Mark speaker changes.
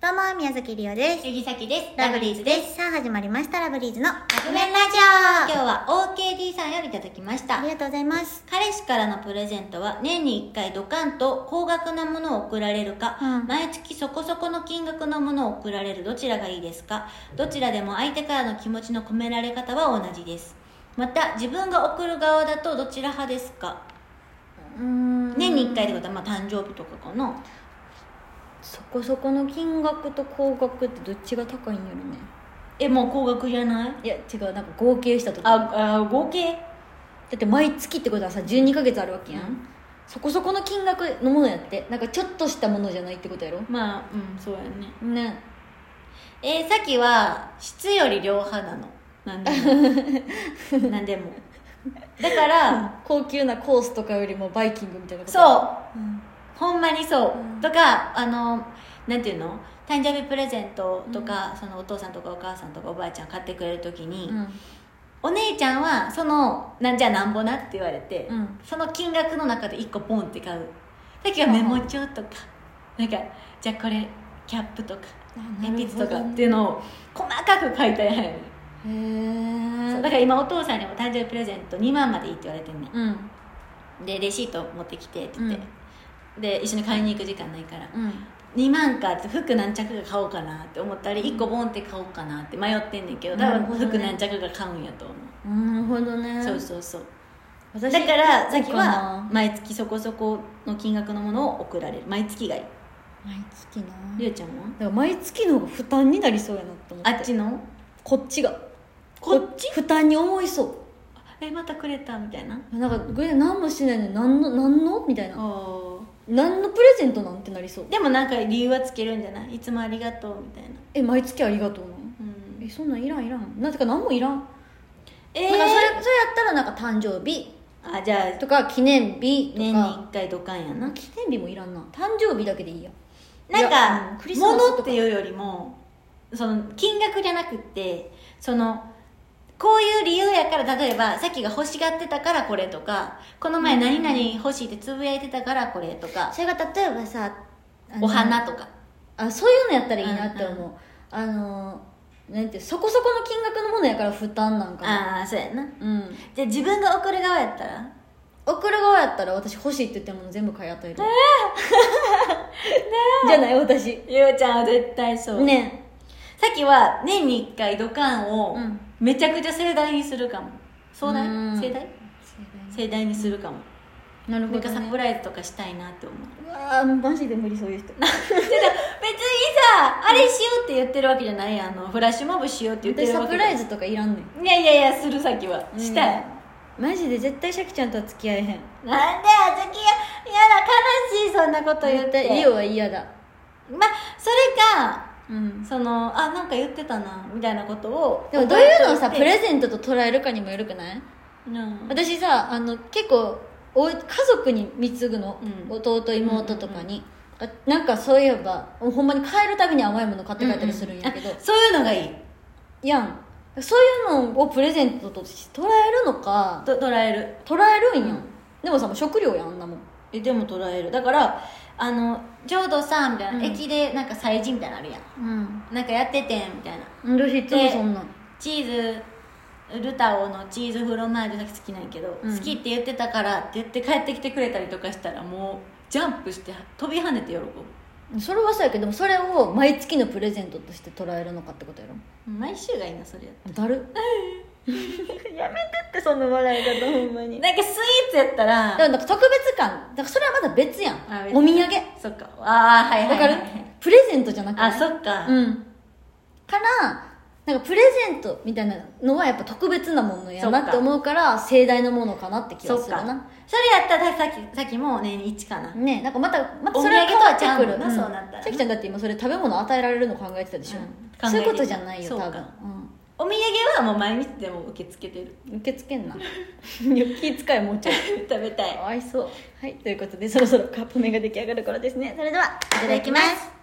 Speaker 1: どうも、宮崎りおです。
Speaker 2: ゆぎさきです。
Speaker 1: ラブリーズです。さあ、始まりました、ラブリーズの、ラ
Speaker 2: ラブメンラジオ。今日は OKD さんよりいただきまし
Speaker 1: あ
Speaker 2: た
Speaker 1: り。がとうございます。
Speaker 2: 彼氏からのプレゼントは年に1回ドカンと高額なものを贈られるか、
Speaker 1: うん
Speaker 2: 毎月そこそこの金額のものを贈られるどちらがいいですかどちらでも相手からの気持ちの込められ方は同じです。また自分が贈る側だとどちら派ですか、
Speaker 1: うん
Speaker 2: 年に1回ってことはまあ誕生日とかかな。
Speaker 3: そこそこの金額と高額ってどっちが高いんやろね
Speaker 2: え、もう高額じゃない
Speaker 3: いや違うなんか合計した時だ
Speaker 2: あ、あ合計
Speaker 3: って毎月ってことはさ12ヶ月あるわけやん、
Speaker 2: うん
Speaker 3: そこそこの金額のものやってなんかちょっとしたものじゃないってことやろ
Speaker 2: まあ、うん、そうやね。
Speaker 3: ね
Speaker 2: えー、さっきは質より量派なの何で も何でもだから
Speaker 3: 高級なコースとかよりもバイキングみたいなこと
Speaker 2: そう、
Speaker 3: うん
Speaker 2: ほんまにそう、
Speaker 3: うん
Speaker 2: とかあのなんていうの誕生日プレゼントとか、そのお父さんとかお母さんとかおばあちゃん買ってくれる時に、
Speaker 3: うん
Speaker 2: お姉ちゃんはそのなんじゃあなんぼなって言われて、
Speaker 3: うん
Speaker 2: その金額の中で1個ポンって買うさっきはメモ帳とか、なんかじゃあこれキャップとか鉛筆とかっていうのを細かく書いたやんよね
Speaker 3: へ
Speaker 2: そう
Speaker 3: え
Speaker 2: だから今お父さんにも誕生日プレゼント2万までいいって言われてんね
Speaker 3: うん
Speaker 2: んでレシート持ってきてって言って、で一緒に買いに行く時間ないから
Speaker 3: うん
Speaker 2: 2万かって服何着か買おうかなって思ったり1個ボンって買おうかなって迷ってんねんけど多
Speaker 3: なるほど
Speaker 2: 分
Speaker 3: ね
Speaker 2: 服何着か買うんやと思う、
Speaker 3: なるほどね
Speaker 2: そうそうそう
Speaker 3: 私
Speaker 2: だから
Speaker 3: そ
Speaker 2: さ
Speaker 3: う
Speaker 2: っきは毎月そこそこの金額のものを送られる毎月がいい
Speaker 3: 毎月な
Speaker 2: りゅ
Speaker 3: だ
Speaker 2: うちゃんは
Speaker 3: から毎月の方が負担になりそうやなと思って
Speaker 2: あっちの
Speaker 3: こっちが
Speaker 2: こっ
Speaker 3: ち負担に思いそ
Speaker 2: えまたくれたみたいな
Speaker 3: うなんかこれ何もしてないのに何の何のみたいな
Speaker 2: お
Speaker 3: 何のプレゼントなんてなりそう
Speaker 2: でもなんか理由はつけるんじゃないいつもありがとうみたいな
Speaker 3: え毎月ありがとうな
Speaker 2: うん
Speaker 3: えそんなんいらんいらんなんてか何もいらん、
Speaker 2: えー
Speaker 3: なんかそれそれやったらなんか誕生日
Speaker 2: あじゃあ
Speaker 3: とか記念日と
Speaker 2: 年に
Speaker 3: か
Speaker 2: 1回ドカンやな
Speaker 3: 記念日もいらんな誕生日だけでいいや
Speaker 2: なん
Speaker 3: いやう
Speaker 2: か
Speaker 3: んクリスマスとか
Speaker 2: 物っていうよりもその金額じゃなくってそのこういう理由やから例えばさっきが欲しがってたからこれとかこの前何々欲しいってつぶやいてたからこれとか
Speaker 3: それが例えばさあの
Speaker 2: お花とか
Speaker 3: あそういうのやったらいいなって思う、
Speaker 2: うん
Speaker 3: あのなんていうそこそこの金額のものやから負担なんかな
Speaker 2: ああそうやな
Speaker 3: うん
Speaker 2: じゃあ自分が送る側やったら
Speaker 3: 送る側やったら私欲しいって言ってもの全部買い与える、 じゃない私
Speaker 2: ゆうちゃんは絶対そう
Speaker 3: ね
Speaker 2: さっきは年に1回ドカンを
Speaker 3: うん
Speaker 2: めちゃくちゃ盛大にするかも壮大
Speaker 3: うん
Speaker 2: 盛大盛大にするかも
Speaker 3: なるほど、
Speaker 2: なんか
Speaker 3: ね、
Speaker 2: サプライズとかしたいなって思う
Speaker 3: うわーマジで無理そういう人
Speaker 2: 別にさあれしようって言ってるわけじゃないやんあのフラッシュモブしようって言って
Speaker 3: 私
Speaker 2: る
Speaker 3: サ
Speaker 2: わけ
Speaker 3: プ
Speaker 2: じゃ
Speaker 3: ライズとかいらんねん
Speaker 2: いやいやいやする先はしたい、
Speaker 3: マジで絶対シャキちゃんとは付き合えへん
Speaker 2: なんであずきややだ悲しいそんなこと言っ
Speaker 3: 絶
Speaker 2: て
Speaker 3: 対リオは嫌だ
Speaker 2: まあそれか
Speaker 3: うん
Speaker 2: そのあなんか言ってたなみたいなことを
Speaker 3: でもどういうのをさプ
Speaker 2: 覚え
Speaker 3: レゼントと捉えるかにもよるくない
Speaker 2: といてうん
Speaker 3: 私さあの結構おい家族に貢ぐの、
Speaker 2: うん
Speaker 3: 弟妹とかに、あなんかそういえばほんまに帰るたびに甘いもの買って帰ったりするんやけど、
Speaker 2: ううあそういうのがいい
Speaker 3: やんそういうのをプレゼントとして捉えるのか
Speaker 2: と捉える
Speaker 3: 捉えるんやん、でもさもう食料やんあんなもん
Speaker 2: えでも捉えるだからあの浄土さんみたいな、
Speaker 3: うん
Speaker 2: 駅でなんか催事みたいなのあるやん
Speaker 3: うん
Speaker 2: なんかやっててんみたいな
Speaker 3: 私いつもそんなん
Speaker 2: チーズルタオのチーズフロマージュが好きなんやけど、
Speaker 3: うん
Speaker 2: 好きって言ってたからって言って帰ってきてくれたりとかしたらもうジャンプして飛び跳ねて喜ぶ
Speaker 3: それはそうやけどでもそれを毎月のプレゼントとして捉えるのかってことやろ
Speaker 2: 毎週がいいなそれやっ
Speaker 3: だ るやめてってその笑い方ほんまに
Speaker 2: たらなんかスイーツやっ たら
Speaker 3: だからなんか特別感だからそれはまだ別やん
Speaker 2: あ別
Speaker 3: お土産
Speaker 2: そっかああはいは
Speaker 3: わ
Speaker 2: い
Speaker 3: か
Speaker 2: はい
Speaker 3: るプレゼントじゃなくて、
Speaker 2: あそっか、
Speaker 3: うんからなんかプレゼントみたいなのはやっぱ特別なものやなって思うから盛大なものかなって気
Speaker 2: そ
Speaker 3: が
Speaker 2: っ
Speaker 3: す
Speaker 2: か
Speaker 3: るな
Speaker 2: それやったらさっきさっきも年に1かな、
Speaker 3: ねなんかまたまた
Speaker 2: お
Speaker 3: それは変わってくる
Speaker 2: 土産とはちゃうもんなそうなったら
Speaker 3: さきちゃんだって今それ食べ物与えられるの考えてたでしょ、
Speaker 2: うん考えてる
Speaker 3: そういうことじゃないよ
Speaker 2: そうか
Speaker 3: 多分
Speaker 2: お土産はもう毎日でも受け付けてる
Speaker 3: うん受け付けんな 気使いもうちょい
Speaker 2: 食べたい
Speaker 3: かわいそうはいということでそろそろカップ麺が出来上がる頃ですねそれではい
Speaker 1: ただきます